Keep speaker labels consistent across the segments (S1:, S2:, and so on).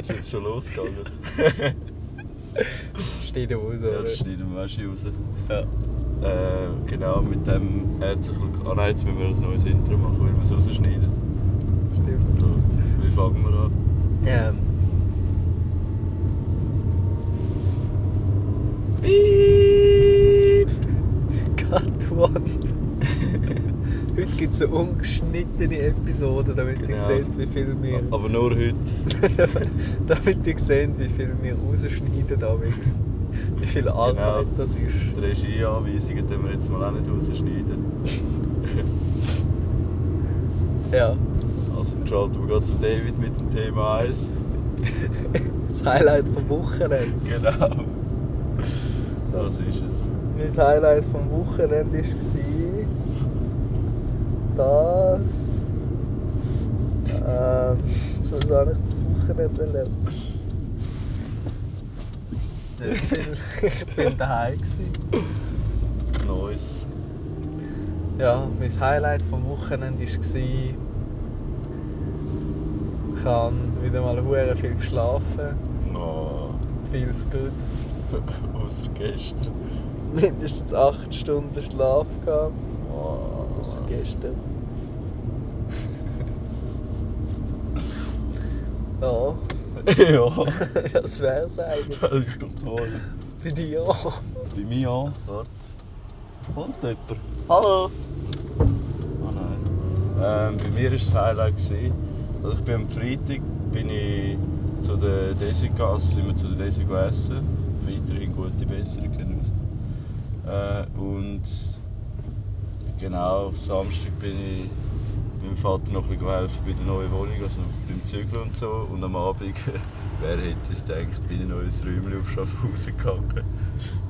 S1: Ist jetzt schon losgegangen?
S2: Schneiden wir raus,
S1: ja,
S2: oder?
S1: das schneiden wir Asche raus.
S2: Ja.
S1: Äh, genau, mit dem herzlich willkommen. Ah nein, jetzt müssen wir ein neues Intro machen, weil wir es rausschneiden.
S2: Stimmt.
S1: So, wie fangen wir an?
S2: Ähm,
S1: Piep!
S2: Cut one. Heute gibt es eine ungeschnittene Episode, damit ihr
S1: Genau.
S2: seht, wie viel wir...
S1: Aber nur heute.
S2: damit ihr seht, wie viel wir rausschneiden damals. Wie viel Arbeit
S1: Genau.
S2: das ist.
S1: Die Regieanweisungen tun wir jetzt mal auch nicht rausschneiden.
S2: Ja.
S1: Also dann schalten wir gerade zu David mit dem Thema 1.
S2: Das Highlight vom Wochenende.
S1: Genau. Das ist es.
S2: Mein Highlight vom Wochenende war, dass. Ähm, was habe ich das Wochenende erlebt? Nicht viel. Ich bin daheim. Gewesen.
S1: Neues.
S2: Ja, mein Highlight vom Wochenende war, ich habe wieder mal hure viel geschlafen.
S1: Oh.
S2: Feels good.
S1: Außer gestern.
S2: Mindestens 8 Stunden Schlaf gehabt.
S1: Oh.
S2: Außer gestern. ja,
S1: ja.
S2: das wär's eigentlich.
S1: Das ist doch toll.
S2: Bei dir auch.
S1: Bei mir an. Warte. Kommt jemand? Hallo! Ah nein. Ähm, bei mir war das Highlight. Gewesen. Also ich bin am Freitag bin ich zu der Daisy gegangen, also sind wir zu der Daisy gegangen essen. Weiterhin gute Besserung, kennen äh, Und genau, am Samstag bin ich meinem Vater noch ein bisschen geholfen bei der neuen Wohnung, also beim Zügeln und so. Und am Abend, wer hätte es gedacht, bin ich noch ins Räumchen auf Schaffhausen gegangen.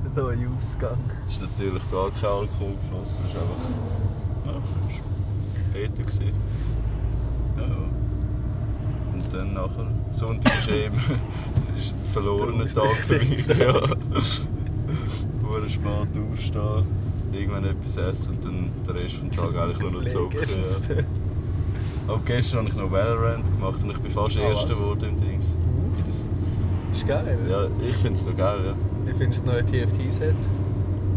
S2: Ein neuer Ausgang.
S1: Es ist natürlich gar kein Alkohol geflossen, es ist einfach. Ja, es war Peter. gewesen. Ja, ja. Und dann nachher. Sonntag ist eben ist ein verlorener
S2: Der
S1: Tag für mich. Ja. Hure spät aufstehen, irgendwann etwas essen und dann den Rest des Tages eigentlich nur noch zocken. Ja. Aber gestern habe ich noch Valorant gemacht und ich bin fast
S2: Ah,
S1: Erster
S2: was?
S1: geworden im Dings.
S2: Uff.
S1: In das-
S2: Ist geil. Ja.
S1: Hm. Ja, ich finde es noch geil, ja.
S2: Wie findest du das neue TFT-Set?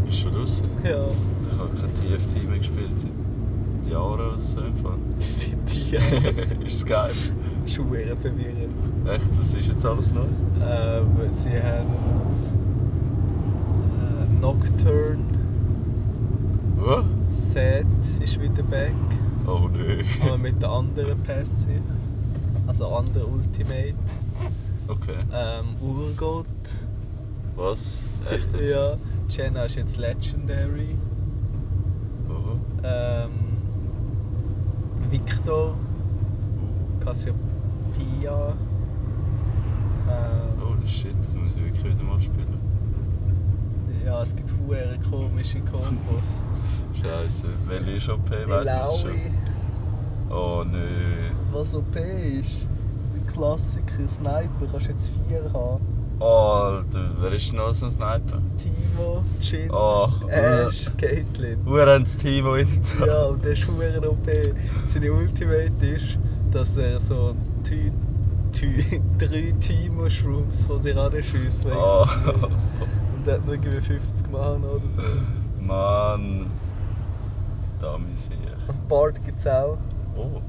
S1: Ist schon draußen.
S2: Ja.
S1: Ich habe kein TFT mehr gespielt seit Jahren oder so. im Fall.
S2: Seit Jahren.
S1: ist das geil?
S2: Schuhe verwirrend.
S1: Echt? Was ist jetzt alles neu?
S2: Ähm, sie haben äh, Nocturne,
S1: Huh?
S2: Set ist wieder back,
S1: Oh nö.
S2: aber mit der anderen Passive, also andere Ultimate.
S1: Okay.
S2: Ähm, Urgott.
S1: Was? Echt das?
S2: Ja, Jenna ist jetzt Legendary.
S1: Oh.
S2: Ähm, Victor,
S1: Oh.
S2: Cassiopeia. Ähm,
S1: Holy shit, das muss ich wirklich wieder mal spielen. Oh.
S2: ja, es gibt hure komische Kombos.
S1: Scheiße. Welche ist OP? Weißt du das schon?
S2: Laui.
S1: Oh nö.
S2: Was OP ist, ein Klassiker, Sniper, kannst jetzt vier haben.
S1: Oh, Alter, wer ist denn alles ein Sniper?
S2: Timo, Jin,
S1: Oh.
S2: Ash, Caitlyn.
S1: Uhr haben das Team hinter.
S2: Äh. Ja, und der ist verdammt OP. Seine Ultimate ist, dass er so Tü Tü drei Timo-Shrooms von sich anschießt.
S1: Oh.
S2: Und der hat nur irgendwie 50 Mann oder so.
S1: Mann. Dummy sehe ich.
S2: Und Bart gibt es auch.
S1: Oh.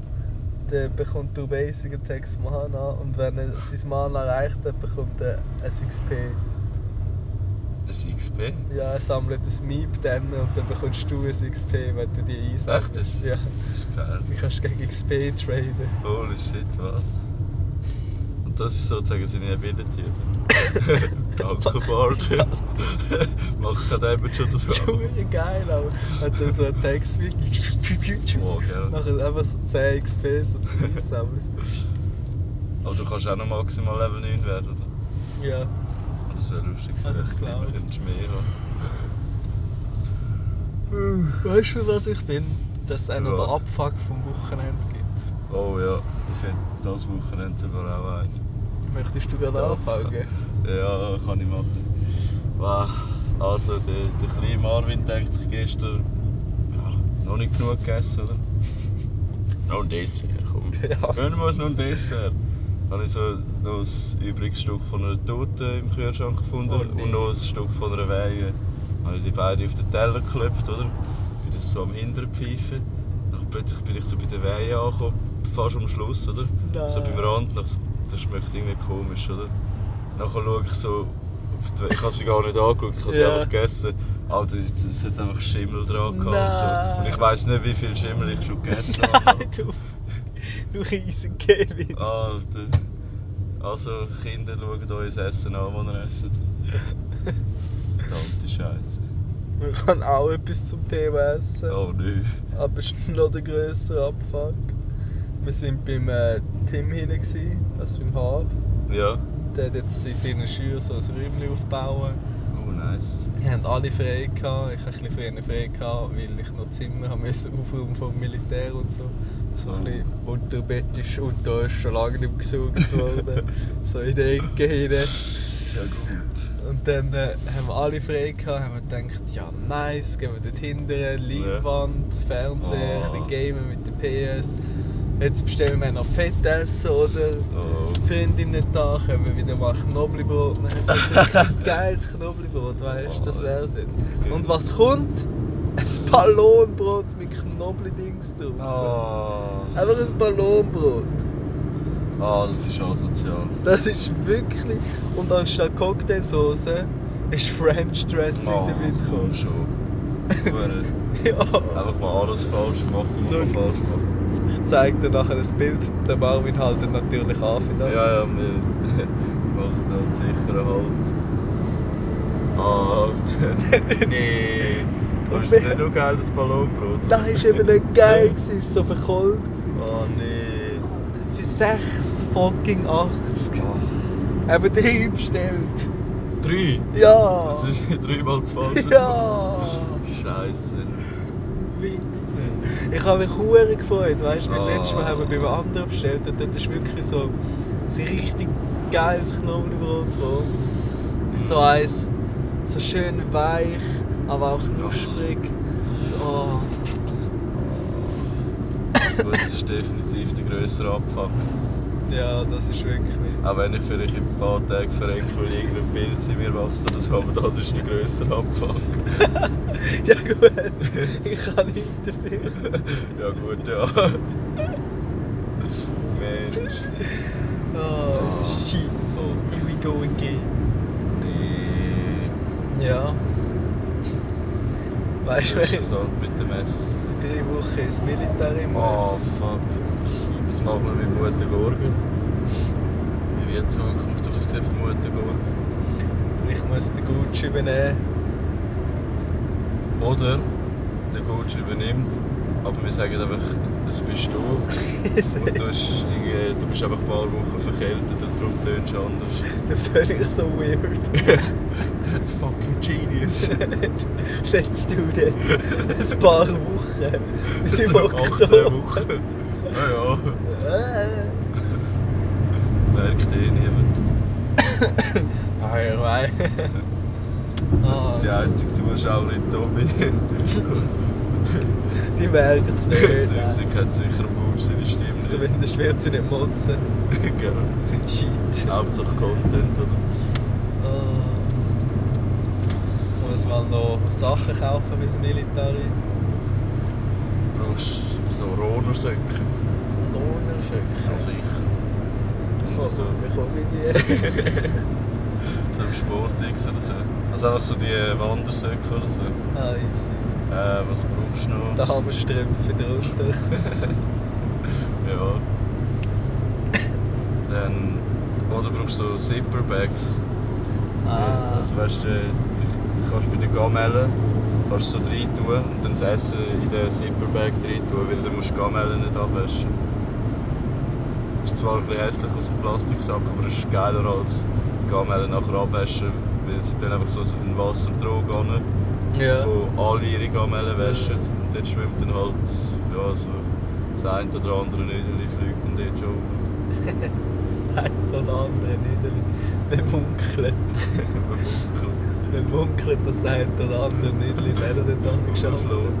S2: Der bekommt du Basic Attacks Mana und wenn er sein Mana erreicht, dann bekommt er ein XP.
S1: Ein XP?
S2: Ja, er sammelt das Meep dann und dann bekommst du ein XP, wenn du die einsammelst.
S1: Echt jetzt?
S2: Ja,
S1: Das ist geil.
S2: dann kannst du gegen XP traden.
S1: Holy shit, was? Und das ist sozusagen seine Ability, oder? Danke, Bart. Macht keinen Damage oder
S2: Das
S1: so.
S2: ist schon geil, aber wenn du so einen Text wirklich.
S1: Oh, gell.
S2: Nachher einfach so 10 XP so zum Einsammeln.
S1: Aber du kannst auch noch maximal Level 9 werden, oder?
S2: Ja,
S1: Und Das wäre lustig
S2: Ja,
S1: gewesen.
S2: ich glaub.
S1: Du könntest mehr haben.
S2: weißt du, was ich bin? Dass es einen der
S1: Was?
S2: Abfuck vom Wochenende gibt.
S1: Oh ja, ich hätte das Wochenende sogar auch einen.
S2: Möchtest du gerade
S1: Der
S2: anfangen?
S1: Ja, kann ich machen. Wow. Also, der, der kleine Marvin denkt sich gestern, ja, noch nicht genug gegessen, oder? noch ein Dessert, komm.
S2: Ja.
S1: Gönnen wir uns noch ein Dessert. Dann habe ich so noch ein übriges Stück von einer Tote im Kühlschrank gefunden
S2: Oh nee.
S1: und noch ein Stück von einer Weihe. Dann habe ich die beiden auf den Teller geklopft, oder? Bin das so am Hintern pfeifen. Dann plötzlich bin ich so bei der Weihe angekommen, fast am Schluss, oder?
S2: Nein.
S1: So beim Rand, noch, so, das schmeckt irgendwie komisch, oder? Nachher schaue ich so auf die Weihe. Ich habe sie gar nicht angeschaut, ich habe sie
S2: Ja.
S1: einfach gegessen. Alter, es hat einfach Schimmel dran gehabt. Und, so. und
S2: Nein.
S1: ich weiss nicht, wie viel Schimmel ich schon gegessen habe.
S2: Nein, du, du riesen Kevin.
S1: Alter. Also, Kinder schauen euch das Essen an, das ihr esst. Verdammte Scheiße.
S2: Wir können auch etwas zum Thema essen.
S1: Oh nö.
S2: Aber es ist noch der grössere Abfuck. Wir waren beim äh, Tim hinten, gewesen, also beim Haar.
S1: Ja.
S2: Der hat jetzt in seiner Schür so ein Räumchen aufbauen.
S1: Oh, nice.
S2: Wir haben alle frei gehabt. Ich hatte ein bisschen früher frei gehabt, weil ich noch Zimmer haben musste aufräumen vom Militär und so. So ein
S1: Oh.
S2: bisschen unter Bett ist und da ist schon lange nicht mehr gesucht worden. so in der Ecke hinein.
S1: Ja, gut.
S2: Und dann äh, haben wir alle frei gehabt, haben wir gedacht, ja nice, gehen wir dort hinten, Leinwand, Fernseher,
S1: Oh.
S2: ein bisschen gamen mit der PS. Jetzt bestellen wir noch Fettessen oder
S1: Oh.
S2: Freundinnen da, können wir wieder mal Knoblauchbrot nehmen. So ein geiles Knoblauchbrot, weißt du, das wär's jetzt. Und was kommt? Ein Ballonbrot mit Knoblauchdings drauf.
S1: Oh.
S2: Einfach ein Ballonbrot.
S1: Ah, das ist asozial.
S2: Das ist wirklich... Und anstatt Cocktailsauce ist French Dressing
S1: Oh,
S2: damit
S1: komm
S2: gekommen.
S1: schon. Hure.
S2: Ja.
S1: Einfach mal alles falsch gemacht, was man
S2: Schau.
S1: kann falsch machen
S2: Ich zeige dir nachher ein Bild. Der Marvin hält ihn natürlich an für das.
S1: Ja, ja, wir machen da sicher einen Halt. Alter. halt. nee. Aber ist das nicht noch geil, das Ballonbrot?
S2: Das war eben nicht geil, gewesen, es war so verkohlt. gewesen.
S1: Oh nee.
S2: Für 6 fucking 80.
S1: Ah.
S2: Eben drei bestellt.
S1: Drei?
S2: Ja!
S1: Das ist dreimal zu falsch.
S2: Ja!
S1: Scheiße.
S2: Wichsen. Ich habe mich hure gefreut, weißt du? Weil
S1: Ah.
S2: letztes Mal haben wir beim anderen bestellt und dort ist wirklich so ein richtig geiles Knoblauchbrot gekommen. So eins, so schön weich, aber auch knusprig. So, oh.
S1: Gut, das ist definitiv der grössere Abfuck.
S2: Ja, das ist wirklich.
S1: Auch wenn ich vielleicht in ein paar Tagen verrecke, weil irgendein Pilz in mir wächst oder so, aber das ist der grössere Abfuck.
S2: Ja, gut. Ich kann nichts dafür.
S1: Ja gut, ja. Mensch.
S2: Oh,
S1: Ah,
S2: shit.
S1: fuck.
S2: Here we go again.
S1: Nee.
S2: Ja. Weißt du,
S1: Das ist
S2: wenn
S1: das Hand mit dem Messer.
S2: in drei Wochen ins Militär im
S1: Oh fuck. Was machen wir mit Mutter Gorgon? Wie wird die Zukunft aussehen von Mutter Gorgon?
S2: Ich muss den Gucci übernehmen.
S1: Oder der Coach übernimmt, aber wir sagen einfach, es bist du und du, hast irgendwie- du bist einfach ein paar Wochen verkältet und darum tönst du anders.
S2: das finde ich so weird.
S1: That's fucking genius.
S2: Let's do that. Ein paar Wochen. Wir sind im
S1: 18
S2: Oktober.
S1: Wochen. Ah ja,
S2: Äh.
S1: merkt eh niemand.
S2: Ei, ei.
S1: Die
S2: Ah,
S1: einzige Zuschauerin Tommy.
S2: Die merken es
S1: sie,
S2: nicht.
S1: sie kennt sicher am Mund seine Stimme nicht.
S2: Zumindest wird sie nicht motzen.
S1: Genau.
S2: Shit.
S1: Hauptsache Content, oder?
S2: Ah. Ich muss mal noch Sachen kaufen fürs Militär.
S1: Du brauchst so Rohnersöcke. Ja,
S2: Lohnerschöcken.
S1: sicher. Oder so.
S2: Wie komme ich die?
S1: Zum Sportix oder so. Also einfach so die Wandersöcke oder so.
S2: Ah, easy.
S1: Äh, was brauchst du noch?
S2: Da haben wir Strümpfe drunter.
S1: Ja. Dann. Oder brauchst du so Zipperbags.
S2: Ah.
S1: Die- Also weißt du, du, du kannst bei den Gamellen kannst du so rein tun und dann das Essen in den Zipperbag rein tun, weil dann musst du die Gamellen nicht abwäschen. Ist zwar ein bisschen hässlich aus dem Plastiksack, aber es ist geiler als die Gamellen nachher abwäschen, weil sie dann einfach so in Wasser drauf gehen.
S2: Ja.
S1: wo alle ihre Gamellen wäschen und dort schwimmt dann halt ja, so das eine oder andere Nüdeli fliegt und dort schon
S2: Ein oder andere Nideli. Wir munkeln.
S1: über Bunkel
S2: Wir munkeln, dass das ein oder andere Nideli es auch noch nicht angeschafft hat.
S1: überflutet.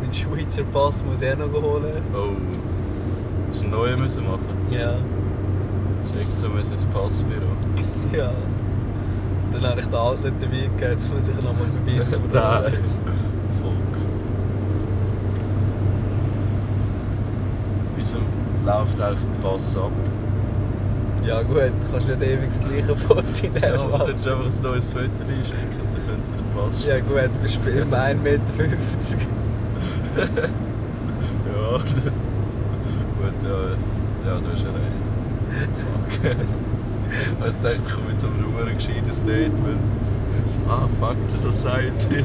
S2: Mein Schweizer Pass muss ich auch noch holen.
S1: Oh. Hast du einen neuen müssen machen?
S2: Ja.
S1: Hast du extra müssen ins Passbüro?
S2: Ja. Dann habe ich den alten nicht dabei gegeben, jetzt muss ich nochmal vorbei zum
S1: Nein.
S2: Rollen.
S1: Fuck. Wieso läuft eigentlich der Pass ab?
S2: Ja gut, du kannst nicht ewig das gleiche Foto nehmen.
S1: Ja,
S2: Mann.
S1: du könntest einfach ein neues Foto einschicken und dann können sie den Pass
S2: Ja gut, du bist bei immer 1,50 Meter.
S1: Ja, gut, ja, ja, du hast ja recht. Fuck. Also, Jetzt denke ich, komm, jetzt haben wir ein verdammt gescheites Statement. So, Ah, fuck the society.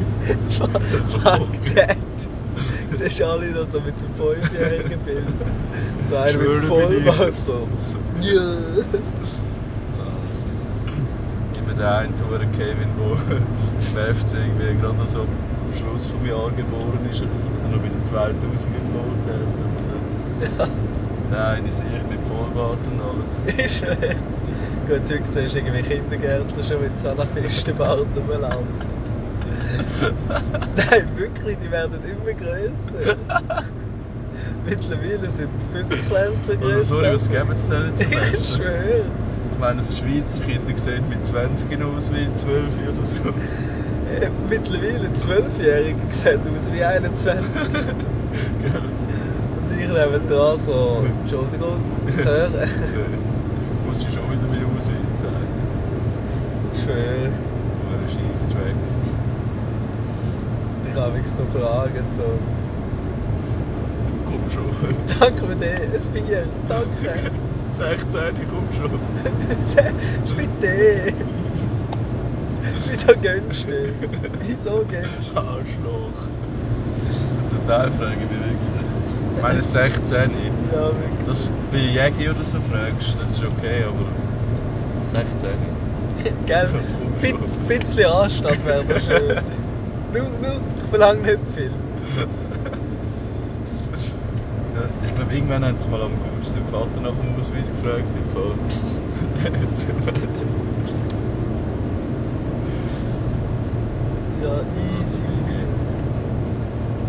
S2: Fuck that. Siehst du alle noch so mit dem Fünfjährigen Bild? So einer mit
S1: Schwöre
S2: dem
S1: bei
S2: Vollbart so. Ja.
S1: Ich bin der eine Tour Kevin, der im FC irgendwie gerade noch so am Schluss vom Jahr geboren ist oder so, dass er noch mit dem 2000 geholt hat oder so. Der eine sich mit Vollbart und alles.
S2: Ist er. Gut, heute siehst du irgendwie Kindergärtler schon mit Salafistenbart rumlaufen. Nein, wirklich, die werden immer grösser. Mittlerweile sind die
S1: Oder
S2: Fünfklässler grösser.
S1: sorry, was geben sie denn jetzt am
S2: Ich
S1: besten?
S2: schwöre.
S1: Ich meine, so Schweizer Kinder sehen mit 20 aus wie 12 oder so.
S2: Äh, Mittlerweile 12-Jährige sehen aus wie 21.
S1: Gell?
S2: Und ich nehme da so, Entschuldigung, Sir,
S1: Hm. Du musst du schon wieder meinen Ausweis zeigen.
S2: schön.
S1: Nur ein Scheiss-Track.
S2: Dass dich auch wirklich so fragen, so,
S1: Komm schon.
S2: danke für das ein Bier, danke.
S1: 16, komm schon.
S2: Bitte. Wieso gönnst du nicht? Wieso gönnst
S1: Arschloch. Zum Teil frage ich mich wirklich. Ich meine, 16,
S2: du nicht? Ja, wirklich.
S1: dass du bei Jägi oder so fragst, das ist okay, aber 16.
S2: Gell? Ein bisschen Anstand wäre noch schön. Nur, nur, ich verlange nicht viel.
S1: Ich glaube, irgendwann haben sie mal am Gutsten den Vater nach dem Ausweis gefragt. Im Fall. Der hat es gemerkt.
S2: Ja, easy.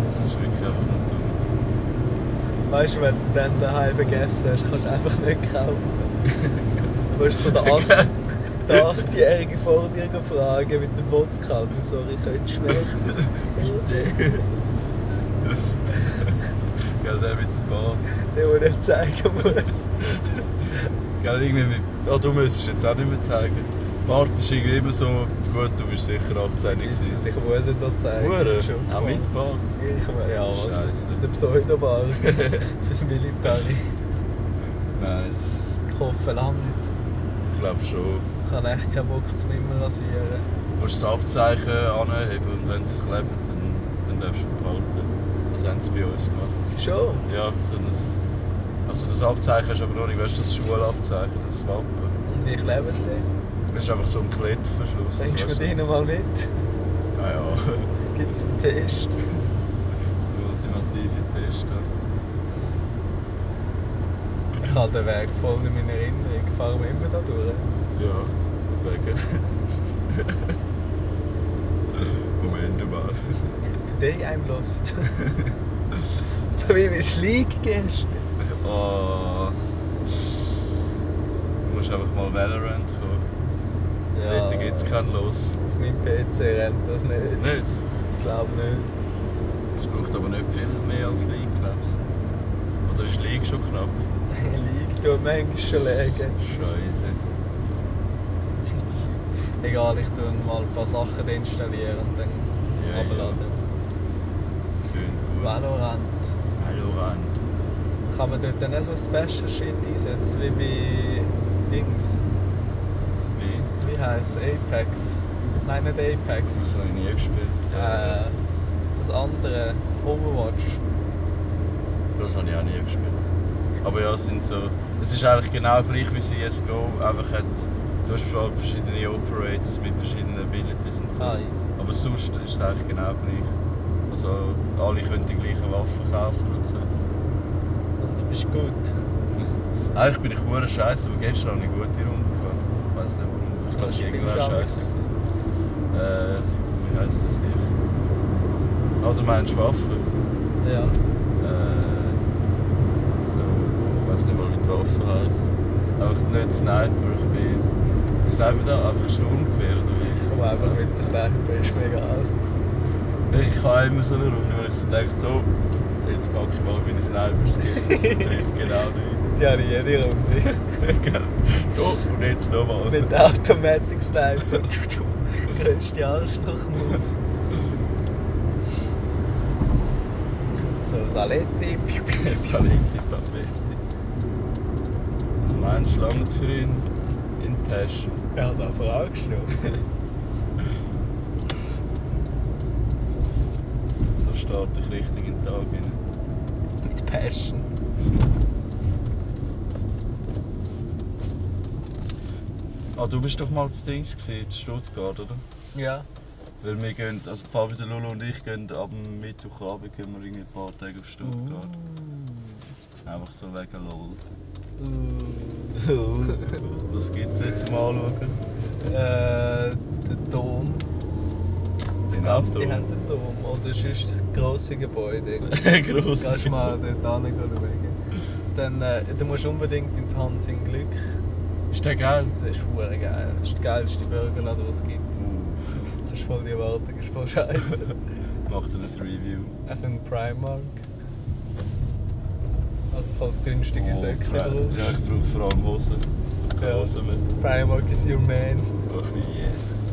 S1: Das ist wirklich einfach nur dumm.
S2: Weißt du, wenn du dann daheim vergessen hast, kannst du einfach nicht kaufen. Du musst so den, Acht, den Achtjährigen vor dir fragen mit dem Wodka. Du, sorry, könntest du nicht.
S1: Gell, der mit dem Bart.
S2: Den, der nicht zeigen muss.
S1: Gell, irgendwie mit... Ah, du müsstest jetzt auch nicht mehr zeigen. Bart ist irgendwie immer so... Gut, du bist sicher 18 gewesen.
S2: Ich muss ihn noch zeigen.
S1: Hure,
S2: Schon
S1: auch
S2: klar.
S1: mit Bart.
S2: Ich meine, ja, was?
S1: Scheisse.
S2: Der Pseudobar fürs Militär.
S1: Nice.
S2: Ich hoffe lange nicht.
S1: Ich glaube schon.
S2: Ich habe echt keinen Bock zum immer rasieren.
S1: Du musst das Abzeichen anheben und wenn sie es kleben, dann, dann darfst du es behalten. Das haben sie bei uns gemacht.
S2: Schon?
S1: Ja, so das... Also das Abzeichen ist aber noch nicht, weißt du, das Schulabzeichen, das Wappen.
S2: Und wie kleben sie?
S1: Das ist einfach so ein Klettverschluss.
S2: Denkst du mit ihnen mal mit?
S1: Ah ja,
S2: Gibt es einen Test?
S1: der ultimative Test. Ja.
S2: Ich habe den Weg voll in meiner Erinnerung. Fahren wir immer da durch.
S1: Ja, wegen. Moment mal.
S2: Today I'm lost. so wie mein League gestern.
S1: Oh. Du musst einfach mal Valorant kommen. Ja. Heute gibt es keinen Los.
S2: Auf meinem PC rennt das nicht.
S1: Nicht?
S2: Ich glaube nicht.
S1: Es braucht aber nicht viel mehr als League, glaubst du? Oder ist League schon knapp?
S2: League tut manchmal schon lägen.
S1: Scheiße.
S2: Egal, ich tue mal ein paar Sachen installieren und dann
S1: Ja, ja.
S2: abladen.
S1: Tönt gut.
S2: Valorant.
S1: Valorant.
S2: Kann man dort dann auch so Special Shit einsetzen wie bei Dings?
S1: Wie?
S2: Wie heisst es? Apex? Nein, nicht Apex.
S1: Das habe ich nie gespielt.
S2: Äh, das andere, Overwatch.
S1: Das habe ich auch nie gespielt. Aber ja, es sind so. Es ist eigentlich genau gleich wie CSGO, einfach hat. Du hast vor allem verschiedene Operators mit verschiedenen Abilities und so.
S2: Nice.
S1: Aber sonst ist es eigentlich genau gleich. Also alle können die gleichen Waffen kaufen und so.
S2: Und du bist gut.
S1: Eigentlich bin Ah, ich hure scheiße, aber gestern hatte ich eine gute Runde. Gehabt. Ich weiß nicht warum. Ich glaube,
S2: Was
S1: ich war irgendwann
S2: spielst du
S1: scheiße. gewesen. Äh, wie heisst das hier? Ah, du meinst Waffen?
S2: Ja. Ja.
S1: Äh, so, ich weiß nicht mal, wie die Waffe heisst. Einfach nicht Sniper, ich bin. Wie sagt man da? Einfach Sturmgewehr oder wie?
S2: Ich komme einfach mit der Sniper, ist mir egal.
S1: Ich, ich habe immer so eine Runde, wo ich so denke, so, jetzt packe ich mal meine Sniper-Skills. Das trifft genau nicht.
S2: Die habe ich jede Runde.
S1: Gell? so, und jetzt nochmal.
S2: mit Automatic Sniper. Größte Arschloch-Move. So, Saletti. piu, piu.
S1: Saletti Papetti. Was meinst du, langt es Also, für ihn? In Passion.
S2: Er hat einfach angeschnappt.
S1: So starte ich richtig in den Tag rein.
S2: Mit Passion.
S1: Ah, du bist doch mal das Dings gewesen, in Stuttgart, oder?
S2: Ja.
S1: Weil wir gehen, also Fabi, der Lulu und ich gehen ab dem Mittwochabend gehen wir irgendwie ein paar Tage auf
S2: Oh
S1: Stuttgart. Einfach so wegen LOL.
S2: Uh. Oh.
S1: Was gibt's denn zum Anschauen?
S2: Äh, der Dom.
S1: Den
S2: Glaubst du, die haben den Dom? Oder sonst grosse Gebäude.
S1: Gross.
S2: Kannst du mal dort hinschauen. Dann äh, du musst unbedingt ins Hans in Glück.
S1: Ist der geil?
S2: Das ist hure geil. Das ist der geilste Burgerladen, den es gibt. Das ist voll die Erwartung, ist voll scheiße.
S1: Macht er ein Review?
S2: also ein Primark. Also falls günstige Säcke
S1: Pri-
S2: brauchst.
S1: Ja, Oh, ich brauche vor allem Hosen. Keine
S2: Ja.
S1: Hosen mehr.
S2: Primark is your man.
S1: Ach, yes.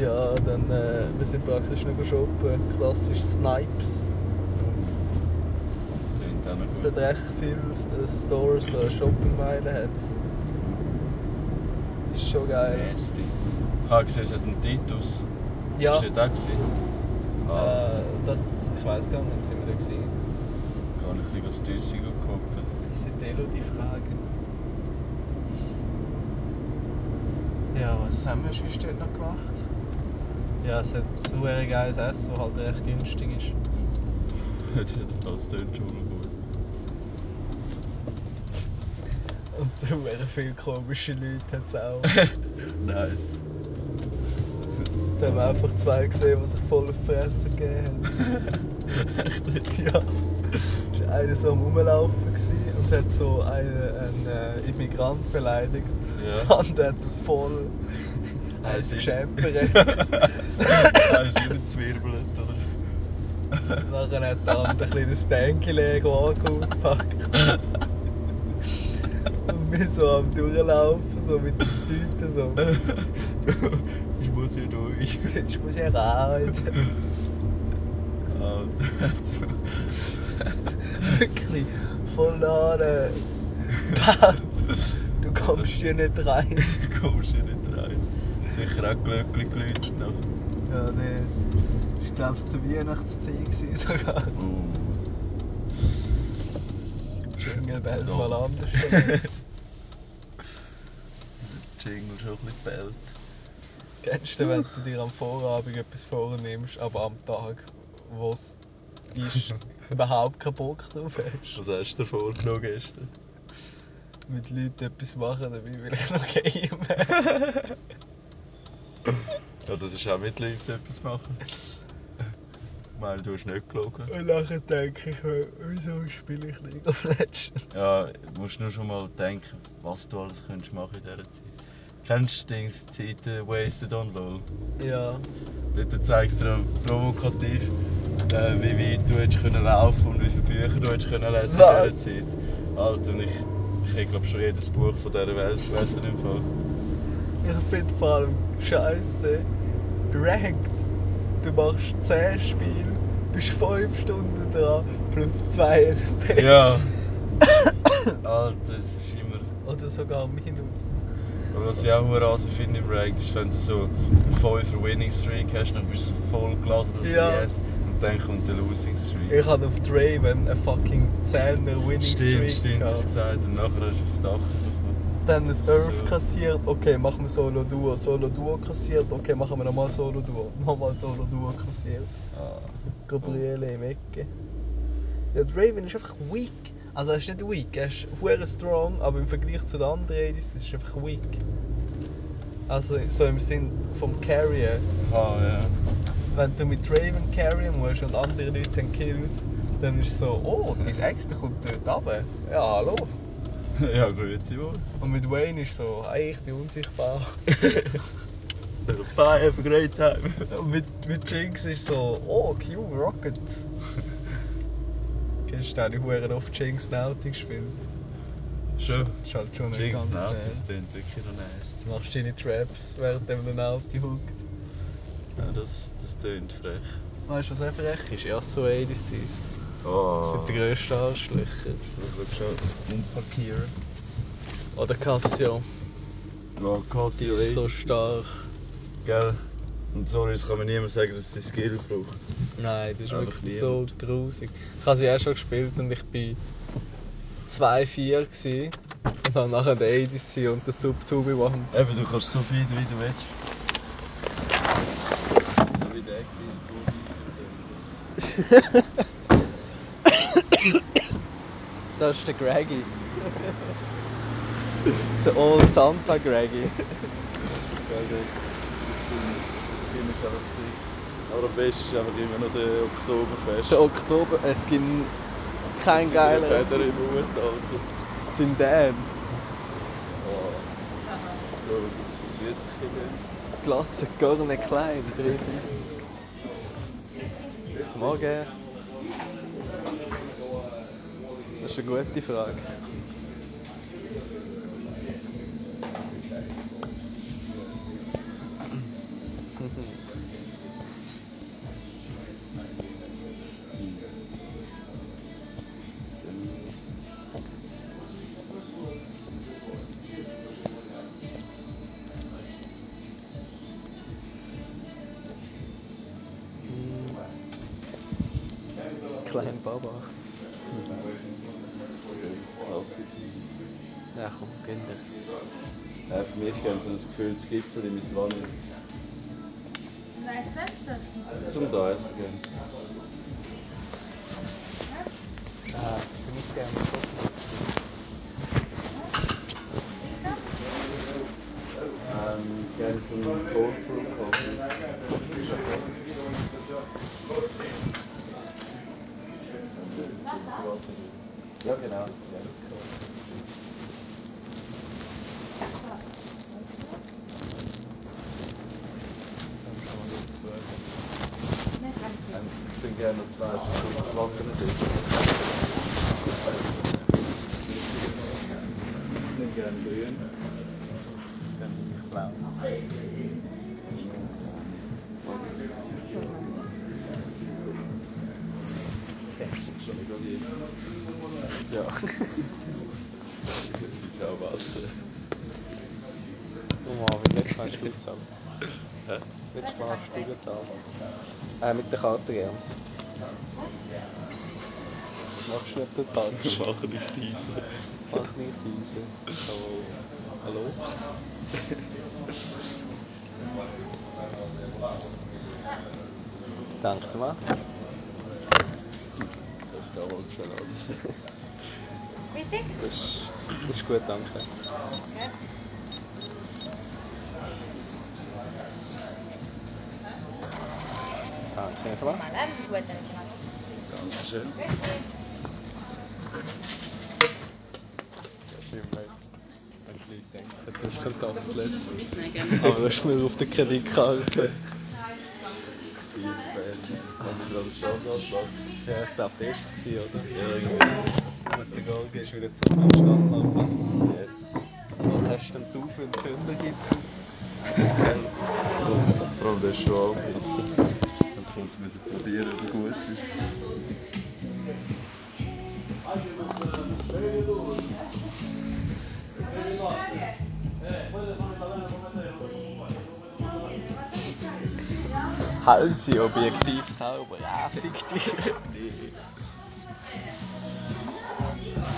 S2: Ja, dann äh, wir sind praktisch nur shoppen. Klassisch Snipes.
S1: Klingt auch noch
S2: Es
S1: gut.
S2: hat recht viele äh, Stores, äh, Shoppingmeilen hat Ist schon geil.
S1: Nasty. Ich habe gesehen, es hat einen Titus.
S2: Ja,
S1: Ist der da gewesen? Ah,
S2: äh, das, ich weiß gar nicht, wo sind wir da gewesen? Äh.
S1: kann ich ein bisschen was Düssig gucken.
S2: Das sind Elo die Fragen. Ja, was haben wir sonst dort noch gemacht? Ja, es hat so ein geiles Essen, das halt recht günstig ist.
S1: Das tönt schon mal gut.
S2: Und da wären viele komische Leute hat's auch.
S1: Nice.
S2: Da haben wir einfach zwei gesehen, die sich voll auf die Fresse gegeben haben. Echt? Ja. Es war einer so am Rumlaufen gewesen und hat so einen, einen äh, Immigrant beleidigt.
S1: Ja.
S2: Der andere hat ihm voll
S1: Ein
S2: eins
S1: Sinn.
S2: geschämpert.
S1: Kein Sinn zwirbelt, oder?
S2: Nachher Also hat der andere ein kleines Denkelego ausgepackt. Und wir so am Durchlaufen, so mit den Tüten so.
S1: Ich muss hier durch.
S2: Jetzt muss ich raus.
S1: Ah,
S2: Wirklich voll an. äh, Pats. Du kommst hier nicht rein.
S1: du kommst hier nicht rein. Sicher auch glücklich Leute nach.
S2: Ja, der ich glaube es zu Weihnachtszeit gewesen sogar.
S1: Uh.
S2: Jingle Bells
S1: Verdammt.
S2: mal anders.
S1: Jingle schon ein bisschen bellt.
S2: Kennst du, wenn du dir am Vorabend etwas vornimmst, aber am Tag, wo es ist, überhaupt keinen Bock drauf hast?
S1: Was hast du dir vorgenommen gestern?
S2: Mit Leuten etwas machen, dabei will ich noch gamen.
S1: Ja, das ist auch mit Leuten etwas machen. Ich meine, du hast nicht gelogen.
S2: Und nachher denke ich mir, wieso spiele ich League of Legends?
S1: Ja, du musst nur schon mal denken, was du alles könntest machen in dieser Zeit. Kennst du Dings, die Zeiten Wasted on LOL?
S2: Ja,
S1: Dort zeigt es dir auch provokativ, äh, wie weit du hättest können laufen und wie viele Bücher du hättest können lesen in
S2: Was?
S1: dieser Zeit. Alter, und ich, ich hätte glaube schon jedes Buch von dieser Welt gelesen im Fall.
S2: ich finde vor allem scheiße. Ranked. Du machst 10 Spiele, bist 5 Stunden dran, plus 2 LP.
S1: Ja. Alter, es ist immer...
S2: Oder sogar minus.
S1: Aber was ich auch Hurase finde im Ranked, ist, wenn du so einen 5er Winning Streak hast, dann bist du so voll geladen und so
S2: Ja.
S1: yes. Und dann kommt der Losing Streak.
S2: Ich habe auf die Raven einen fucking 10er Winning
S1: stimmt,
S2: Streak
S1: stimmt, hast du
S2: gehabt.
S1: gesagt. Und nachher hast du aufs Dach bekommen.
S2: Dann ein Earth
S1: So.
S2: kassiert, okay, machen wir Solo Duo. Solo Duo kassiert, okay, machen wir nochmal Solo Duo. Nochmal Solo Duo kassiert.
S1: Ah.
S2: Gabriele im Ecke. Ja, die Raven ist einfach weak. Also er ist nicht weak, er ist hure strong, aber im Vergleich zu den anderen Edis ist er einfach weak. Also so im Sinn vom Carrier.
S1: Ah, ja.
S2: Wenn du mit Raven carryen musst und andere Leute haben Kills, Dann ist es so, oh, dein Ex der kommt dort runter. Ja, hallo.
S1: ja, grüezi wohl.
S2: Und mit Wayne ist so, hey, ich bin unsichtbar.
S1: Bye, have a great time.
S2: Und mit, mit Jinx ist so, oh, Q Rocket. Kennst du den, die oft Jinx Naughty gespielt?
S1: Schon.
S2: Das ist halt schon
S1: Jinx
S2: nicht ganz
S1: Naughty,
S2: fair.
S1: das klingt wirklich noch nice.
S2: Du machst deine Traps, während der Naughty huckt.
S1: Ja, das, das klingt frech.
S2: Weißt du, was auch frech ist? Yasuo ADCs.
S1: Oh.
S2: Das sind die grössten Arschlöcher.
S1: Also schon umparkieren.
S2: Oder Cassio,
S1: Ja,
S2: die
S1: Casio
S2: ist so stark.
S1: Gell? Und sorry, das kann mir niemand sagen, dass die Skill braucht.
S2: Nein, das ist
S1: Einfach
S2: wirklich so
S1: niemand.
S2: grusig. Ich habe sie auch schon gespielt und ich war 2-4 gewesen. und dann nachher den ADC und den Subtubi machen.
S1: Eben, du kannst so viel, wie du willst. So wie der Skill.
S2: Das ist der Greggy. der Old Santa Greggy.
S1: Das Skin ist einfach sick. Aber am besten ist einfach immer noch der Oktoberfest.
S2: Der Oktober, es gibt kein
S1: Mit seiner
S2: geileres.
S1: Feder im Hut, Alter.
S2: Sein Dance.
S1: Oh. So, was, was wird sich hier geben?
S2: Klasse, Gorne Klein, 350. Morgen. Das ist eine gute Frage. Klein Baba.
S1: Klassik.
S2: Ja komm, gönn dir.
S1: Ja, Äh, für mich gern so ein gefühltes Gipfel mit Vanille.
S3: Nein, selbst dazu.
S1: Zum da essen gehen.
S2: Ah, ich bin nicht gerne
S1: Ähm, gerne so einen Cold Brew Coffee. Ja, genau. Ähm, Ich bin gerne noch zwei Stunden trocken. Ich bin gerne grün.
S2: Dann bin ich blau.
S1: Schon wieder hier.
S2: Ja.
S1: Ich habe was.
S2: Oh Marvin, jetzt kannst du zahlen. Jetzt kannst du zahlen. Äh, mit der Karte gern. Machst du nicht den Touch?
S1: Mach nicht diese.
S2: Mach nicht diese.
S1: Hallo.
S2: Hallo? Danke mal.
S1: Ich da mal schnell an.
S3: Bitte?
S2: Das ist, das ist gut, danke. Danke mal.
S3: Mal einen guten Geschmack.
S1: Dankeschön.
S2: Das ist halt Dampfles. Aber das ist nur auf der Kreditkarte.
S1: Vier Fans. Haben wir gerade einen Standardplatz?
S2: Ja, ich glaube, das war es, oder?
S1: Ja, irgendwie
S2: Mit der Golge ist wieder zurück am Standardplatz.
S1: so. Yes.
S2: Was hast denn du für einen Zündergipfel?
S1: Vor allem der ist schon angebissen. Jetzt kommt es wieder probieren, ob er gut ist.
S2: Halten Halt Sie objektiv sauber. Ja, fick dich.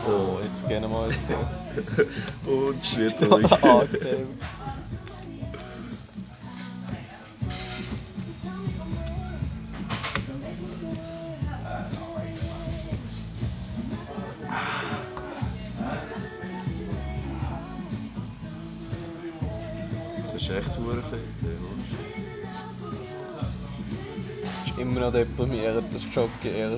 S2: So, jetzt gehen wir mal ins Thema.
S1: Und es wird ruhig.
S2: Angenehm.
S1: Das ist echt hure fett, ey, ohne Scheiß.
S2: ist immer noch deprimierend, das Jogging.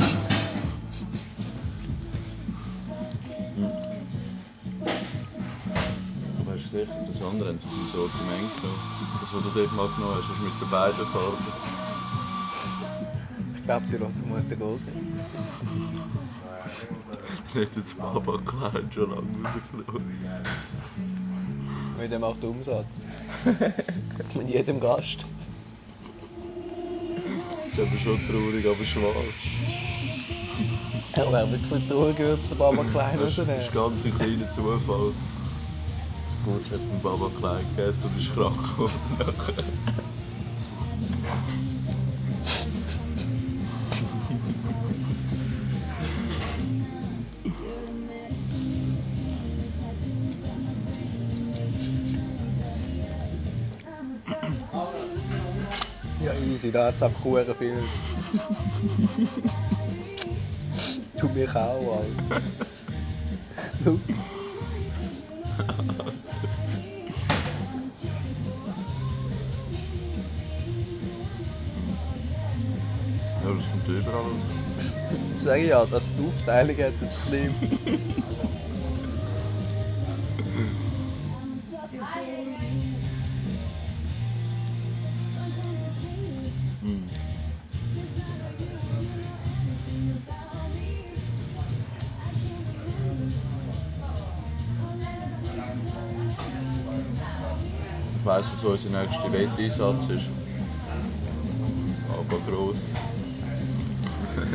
S1: sicher. Das andere haben sie aus dem Sortiment genommen. Das, was du dort mal genommen hast, ist mit den beiden Farben.
S2: Ich glaube, die Rosenmutter geht.
S1: Nicht jetzt Baba Klein schon lange rausgeflogen.
S2: Mit dem macht Umsatz. Mit jedem Gast.
S1: Ist aber schon traurig, aber schwarz.
S2: Er wäre wirklich traurig, würde es der Baba Klein
S1: Das ist- ist
S2: rausnehmen.
S1: ganz ein kleiner Zufall. Gut, hat ein Baba Klein gegessen und ist krank geworden. nachher.
S2: Ja, easy, da hat es auch Kuchen viel. tu mich auch, Alter. Schau.
S1: Ja, das kommt überall raus.
S2: Sag ich ja, dass die Aufteilung hat jetzt ein bisschen.
S1: Ich weiss, was unser nächster Wetteinsatz ist. Aber gross.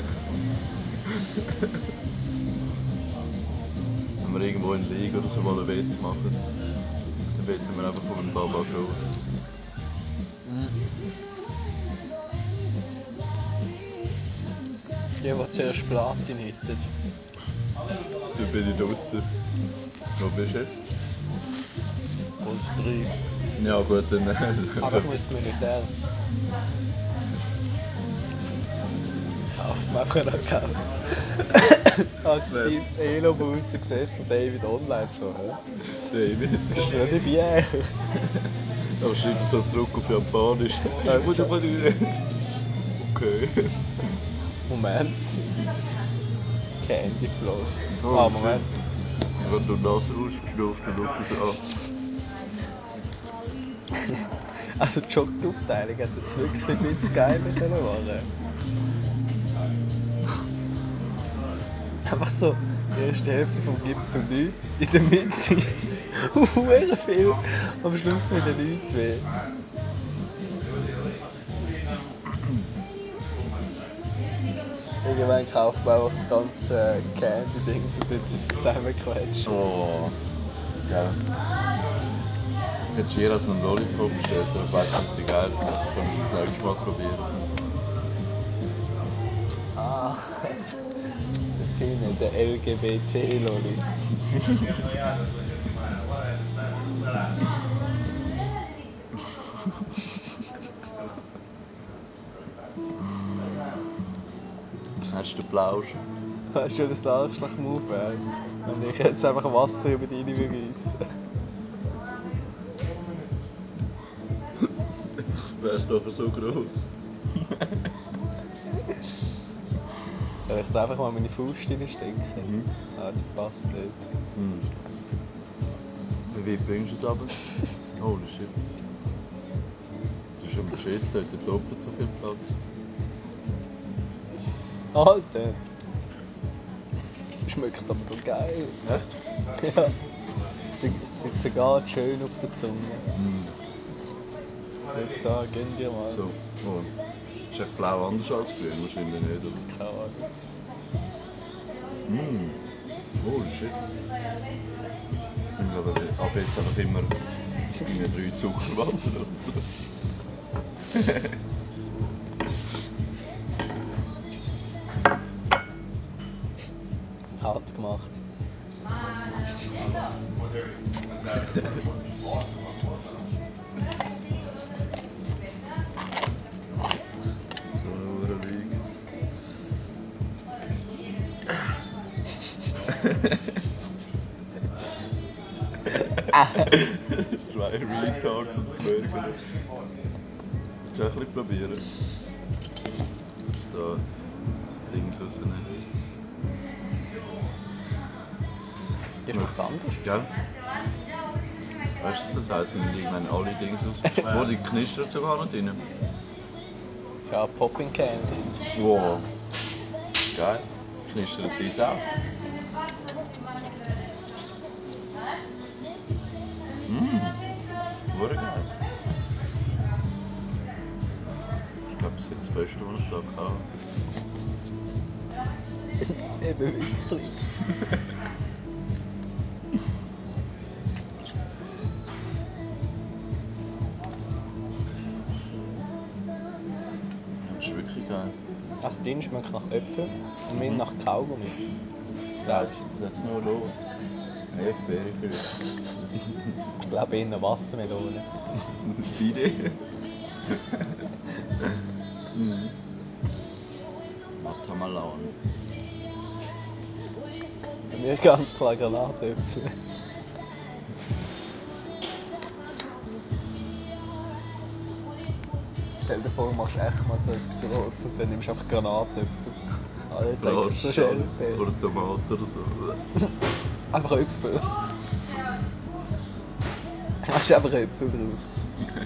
S1: Wenn wir irgendwo in der Liga oder so mal einen Wett machen, dann wetten wir einfach um einen Baba gross.
S2: Die, die zuerst Platin hätten.
S1: Dann bin ich draußen. Wo bist du jetzt?
S2: Gold 3.
S1: Ja gut, dann...
S2: Aber ich muss das Militär. Kauft man einfach noch kaufen. Aktives Elo-Boost, du siehst so David online so. hä?
S1: David.
S2: Das ist nicht dabei.
S1: Aber schreib so zurück auf Japanisch. Okay.
S2: Moment. Candy Floss.
S1: Oh,
S2: Ah, Moment.
S1: Ich hab durch das rausgeschnauft und aufgeschaut.
S2: Also die Schockaufteilung hat jetzt wirklich ein bisschen geil mit den Waren. Einfach so die erste Hälfte vom Gipfel nichts, in der Mitte hure viel, am Schluss wieder nichts weh. Irgendwann kauft man auch das ganze Candy-Ding und jetzt ist es zusammengequetscht.
S1: Oh. Ja. Ich hätte Giras einen Lollipop bestellt, aber ich weiß nicht, wie geil es ist. Ich kann das nächste Mal probieren.
S2: Ach, der Tino, der LGBT-Lolli.
S1: Hast du den Plausch?
S2: Das ist schon ein Arschloch-Move, ey. Wenn ich jetzt einfach Wasser über deine beweise.
S1: Wärst doch so groß.
S2: Soll ich da einfach mal meine Faust reinstecken?
S1: Mhm.
S2: Also passt nicht.
S1: Wie bringst du es aber? Holy shit. Du hast schon geschissen, da hat er doppelt so viel Platz.
S2: Alter! Schmeckt aber doch geil. Echt? Ja. Sie es sitzt sogar schön auf der Zunge.
S1: Mhm.
S2: Schau da, gönn dir mal.
S1: So, oh. Ist echt blau anders als grün? Wahrscheinlich nicht, oder?
S2: Keine Ahnung.
S1: Mm. Holy shit. Ich bin aber ab jetzt einfach immer meine drei Zuckerwaffen oder so.
S2: Hart gemacht.
S1: So eine Uhr liegen. Zwei Retards und Zwerge. Willst du auch ein bisschen probieren? Ist Da das Ding rausnehmen.
S2: Ist noch anders.
S1: Gell? Weißt du, das heisst, wir müssen irgendwann alle Dings aus. Wo, die knistert sogar noch drin.
S2: Ja, Popping Candy.
S1: Wow. Geil. Knistert dies auch. Mmh. Hm, Wurde geil. Ich glaube, das ist jetzt das Beste, was ich da kann.
S2: Eben wirklich.
S1: Das ist wirklich geil.
S2: Also, dein schmeckt nach Äpfel und mein nach Kaugummi.
S1: Das ist jetzt nur los. Erdbeere vielleicht.
S2: Ich glaube, eher Wassermelone.
S1: Idee. Hm. Matamalan.
S2: Für mich ganz klar Granatäpfel. Stell dir vor, du machst echt mal so etwas Rotes und dann nimmst du einfach Granatäpfel. Alle denken so schnell.
S1: Oder Tomaten oder so.
S2: Einfach Äpfel. Machst einfach Äpfel draus.
S1: Ja,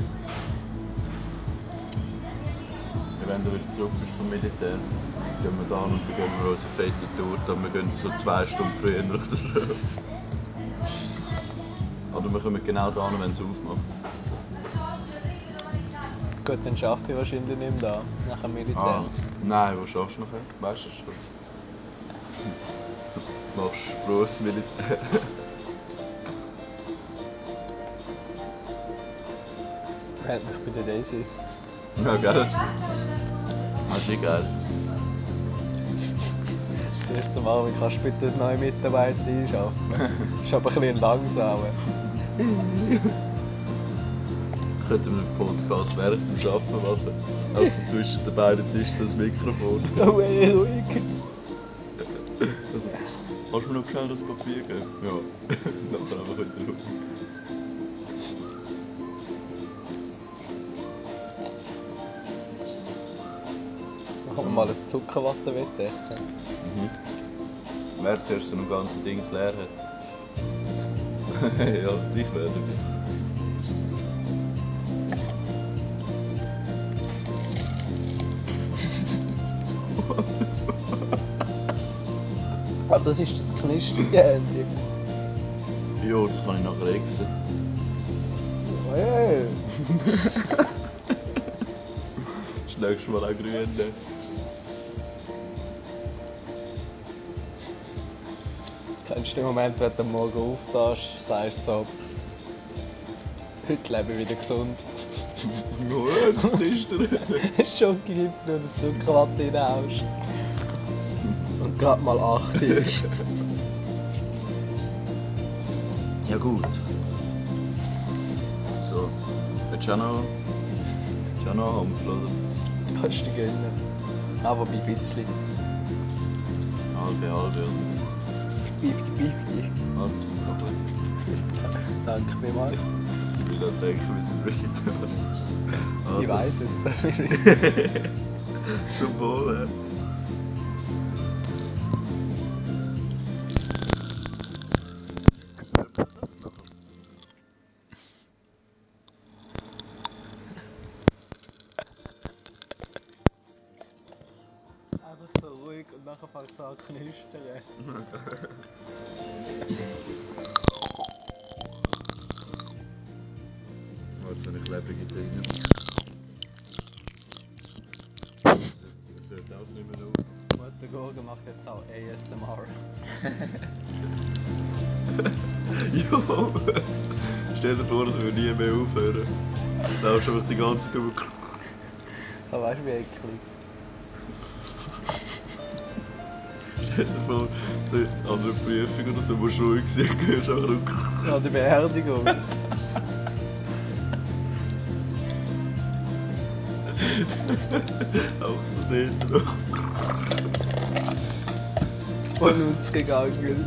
S1: Wenn du wieder zurück bist vom Militär, gehen wir da und dann gehen wir unsere fette Tour, dann wir gehen so zwei Stunden früher oder so. Oder wir kommen genau da hin, wenn es aufmacht.
S2: Gut, dann arbeite ich wahrscheinlich nicht mehr da. Nach dem Militär.
S1: Ah, nein, wo schaffst du nachher? Weißt du das schon? Machst Berufsmilitär.
S2: Meld Halt mich bei der Daisy.
S1: Ja, gell? Das ist geil.
S2: Das erste Mal, wie kannst du bitte neue Mitarbeiter einschaffen? ist aber ein bisschen langsam.
S1: Könnten wir einen Podcast während dem Arbeiten machen. Also zwischen den beiden Tischen so ein Mikrofon.
S2: So eh ruhig.
S1: Also, kannst du mir noch schnell das Papier geben? Ja. Nachher einfach wieder raus.
S2: Machen wir mal ein Zuckerwattenwettessen.
S1: Wer zuerst so ein ganzes Ding leer hat. ja, ich werde.
S2: Ah, das ist das knisterige Handy.
S1: Ja, das kann ich nachher exen.
S2: Oh, Hey.
S1: Das nächste Mal auch grün. ne?
S2: Kennst du den Moment, wenn du am morgen auftast, sagst so, heute lebe ich wieder gesund.
S1: Oh, jetzt knistert.
S2: Schokogipfel oder Zuckerwatte reinhaust. Und gerade mal 8 ist.
S1: Ja gut. So, jetzt schon noch. Schon noch Ampel, oder?
S2: Kannst du dir gönnen. Aber bei ein bisschen.
S1: Halbe, halbe, oder?
S2: 50-50.
S1: Halbe, aber
S2: Danke mir mal.
S1: ich will auch denken, wir sind ready.
S2: Ich weiss es, dass wir
S1: Zum Wohl, eh.
S2: einfach so ruhig und nachher fängt es an zu knistern.
S1: Oh, Jetzt habe ich lebendige Dinge. Das hört auch nicht mehr auf.
S2: Mutter Gorge macht jetzt auch ASMR.
S1: Jo! Stell dir vor, es würde nie mehr aufhören. Da hast du einfach die ganze Tour.
S2: Aber weißt du, wie eklig?
S1: Stell dir vor, so an einer Prüfung oder so, wo du ruhig sein hörst, du einfach nur.
S2: Ja, halt die Beerdigung.
S1: Auch so dort noch.
S2: Und uns gegangen.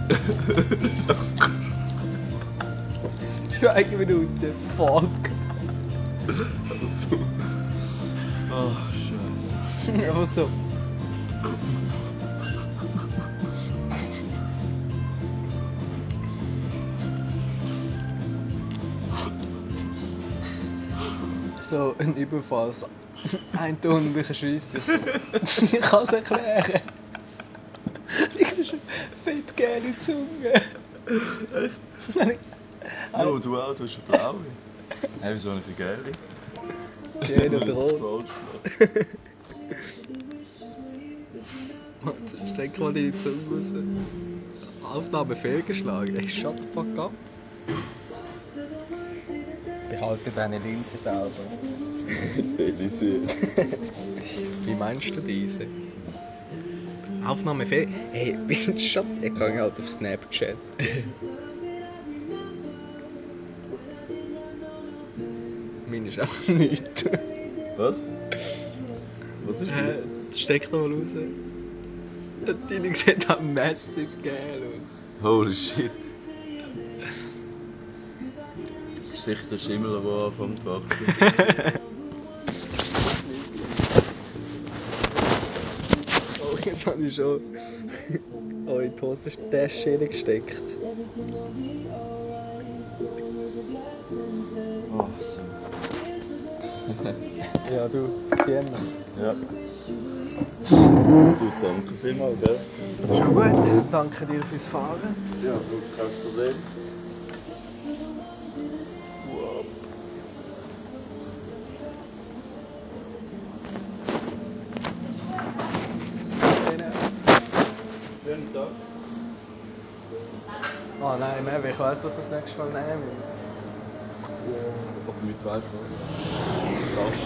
S2: Schweigeminute, fuck.
S4: Oh,
S1: Ach, Scheiße.
S2: Einfach so. so ein Überfall. So. Ein Ton und ich schießt dich so. ich kann es erklären. Ich habe schon fettgeile Zunge. Echt?
S4: No, du auch, du hast eine blaue. Hey, wieso habe ich eine gelbe?
S2: Grün und rot.
S4: Falsch.
S2: Jetzt Steck mal deine Zunge raus. Aufnahme fehlgeschlagen. Ey, shut the fuck up.
S5: Behalte deine Linse sauber.
S4: Elise.
S2: Wie meinst du diese? Aufnahme fehl. Hey, bin shut. Ich gehe halt auf Snapchat. Meine ist auch nicht.
S4: Was? Was ist
S2: Äh,
S4: das?
S2: steck noch mal raus. Deine sieht auch mässig geil aus.
S4: Holy shit. Das ist sicher der Schimmel, der anfängt zu wachsen.
S2: Oh, jetzt habe ich schon oh, in die Hosentasche gesteckt.
S4: Oh, so.
S2: Ja, du, James.
S4: Ja. Du, danke vielmals, gell?
S2: Schon gut, danke dir fürs Fahren.
S4: Ja, du, kein Problem. Schönen Tag.
S2: Oh nein, Merve, ich weiß, was wir das nächste Mal nehmen müssen.
S4: Ob mit weißt was? Lasch.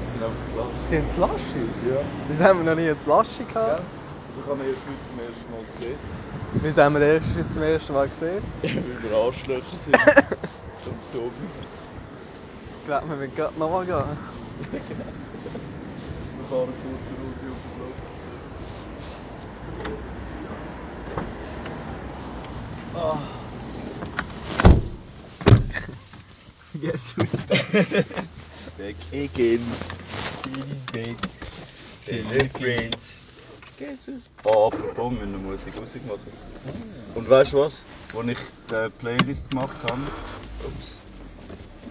S4: Wir sind einfach zu lasch.
S2: Sind es Laschis?
S4: Ja.
S2: Wieso haben wir noch nie jetzt Laschi gehabt?
S4: Also kann man erst heute zum ersten Mal sehen,
S2: Wieso haben wir den erst jetzt zum ersten Mal gesehen?
S4: wie wir Arschlöcher sind. Und dumm.
S2: Ich glaube, wir müssen gerade nochmal gehen.
S4: Wir fahren kurz eine Runde auf den Block.
S2: Ah. Jesus.
S1: Back again. She's back. Hello, friends. Jesus. Oh, apropos, wir müssen mutig Musik machen. Und weißt du was? Als ich die Playlist gemacht habe, ups,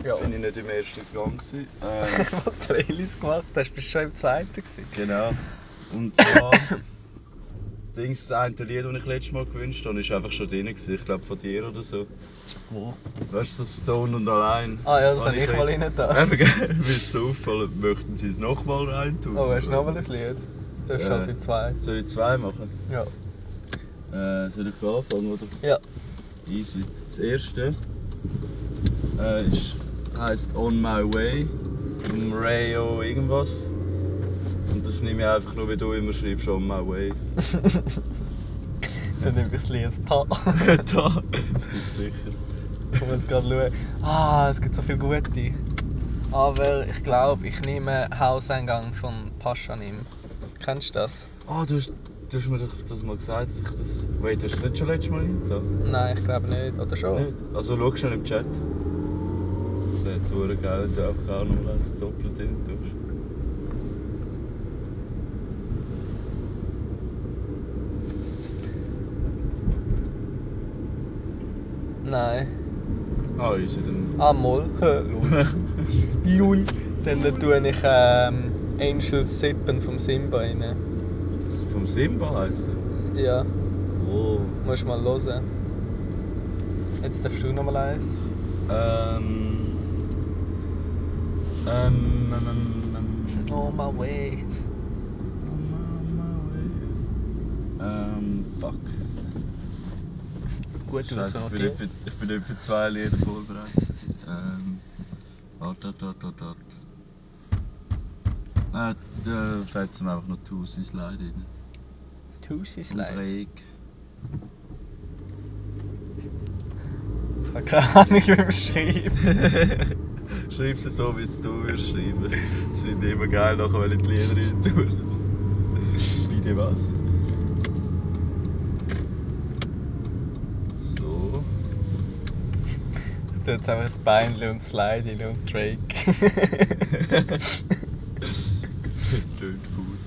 S2: Ja.
S1: bin ich nicht im ersten Gang. gewesen. Ähm,
S2: Was Playlist gemacht hast, bist du schon im zweiten gewesen.
S1: genau. Und zwar, Dings, das eine Lied, das ich letztes Mal gewünscht habe, war einfach schon drin. Gewesen. Ich glaube, von dir oder so.
S2: Wo?
S1: Weißt du, so Stone und allein.
S2: Ah ja, das
S1: Habe
S2: habe ich mal rein da.
S1: Eben, gell? Mir ist so aufgefallen, möchten Sie es nochmal reintun?
S2: Oh, hast du nochmal ein Lied? Das ist
S1: Ja.
S2: schon für zwei.
S1: Soll ich zwei machen?
S2: Ja.
S1: Äh, soll ich anfangen, oder?
S2: Ja.
S1: Easy. Das erste äh, ist, heisst On My Way, vom Rayo irgendwas. Und das nehme ich einfach nur, wie du immer schreibst, On My Way.
S2: Dann nehme ich das Lied da.
S1: da, das gibt's sicher.
S2: Ich muss gerade schauen. Ah, es gibt so viele gute. Aber ich glaube, ich nehme Hauseingang von Paschanim. Kennst du das?
S1: Ah, du, hast, du hast mir doch das mal gesagt, dass ich das... Wait, hast du das nicht schon letztes Mal rein?
S2: Nein, ich glaube nicht. Oder
S1: Da?
S2: schon?
S1: Nicht? Also schau schnell im Chat. Das wäre jetzt verdammt geil, wenn du einfach auch nochmal eins doppelt rein tust.
S2: Nein.
S1: Ah, easy, dann...
S2: Ah, Moll. Lul. Dann tue ich ähm, Angel Sippen vom Simba rein.
S1: Das ist vom Simba heisst er.
S2: Ja,
S1: Oh.
S2: musst mal hören. Jetzt darfst du noch mal eins.
S1: Ähm. Ähm. ähm, ähm, ähm
S2: Oh, my way.
S1: ähm, fuck.
S2: Gut, du willst
S1: Scheiße,
S2: noch
S1: ich bin, nicht
S2: die.
S1: für, ich bin nicht für zwei Lieder vorbereitet. Ähm. Warte, warte, warte, warte, warte. Nein, da fällt mir einfach noch tausend Slide rein.
S2: Tussi
S1: Und
S2: Slide.
S1: Dreieck.
S2: Ich habe keine Ahnung, wie man schreibt.
S1: Schreib sie so, wie es du würdest schreiben. Das finde ich immer geil, nachher, wenn ich die Lieder rein tue. Bitte was? So.
S2: Du jetzt einfach das Beinchen und Slide rein und Drake.
S1: Tönt gut.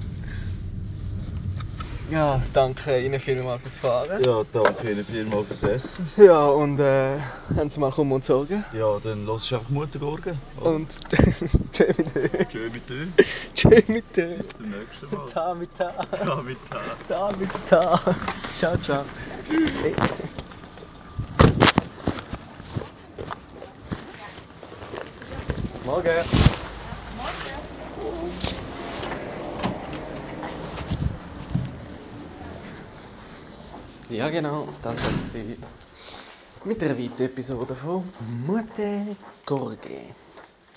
S2: Ja, danke Ihnen vielmals fürs Fahren.
S1: Ja, danke Ihnen vielmals fürs Essen.
S2: Ja, und äh, haben Sie mal kommen und sorgen.
S1: Ja, dann lass einfach Muttergurgen.
S2: Und tschö mit euch.
S1: Schön mit dir.
S2: Tschö mit euch.
S1: Bis zum nächsten Mal.
S2: Ta mit ta,
S1: Ja, mit dir.
S2: ta mit ta. Ciao, ciao. Morgen. Ja genau, das war es. Mit der weiteren Episode von Mutter Gorge.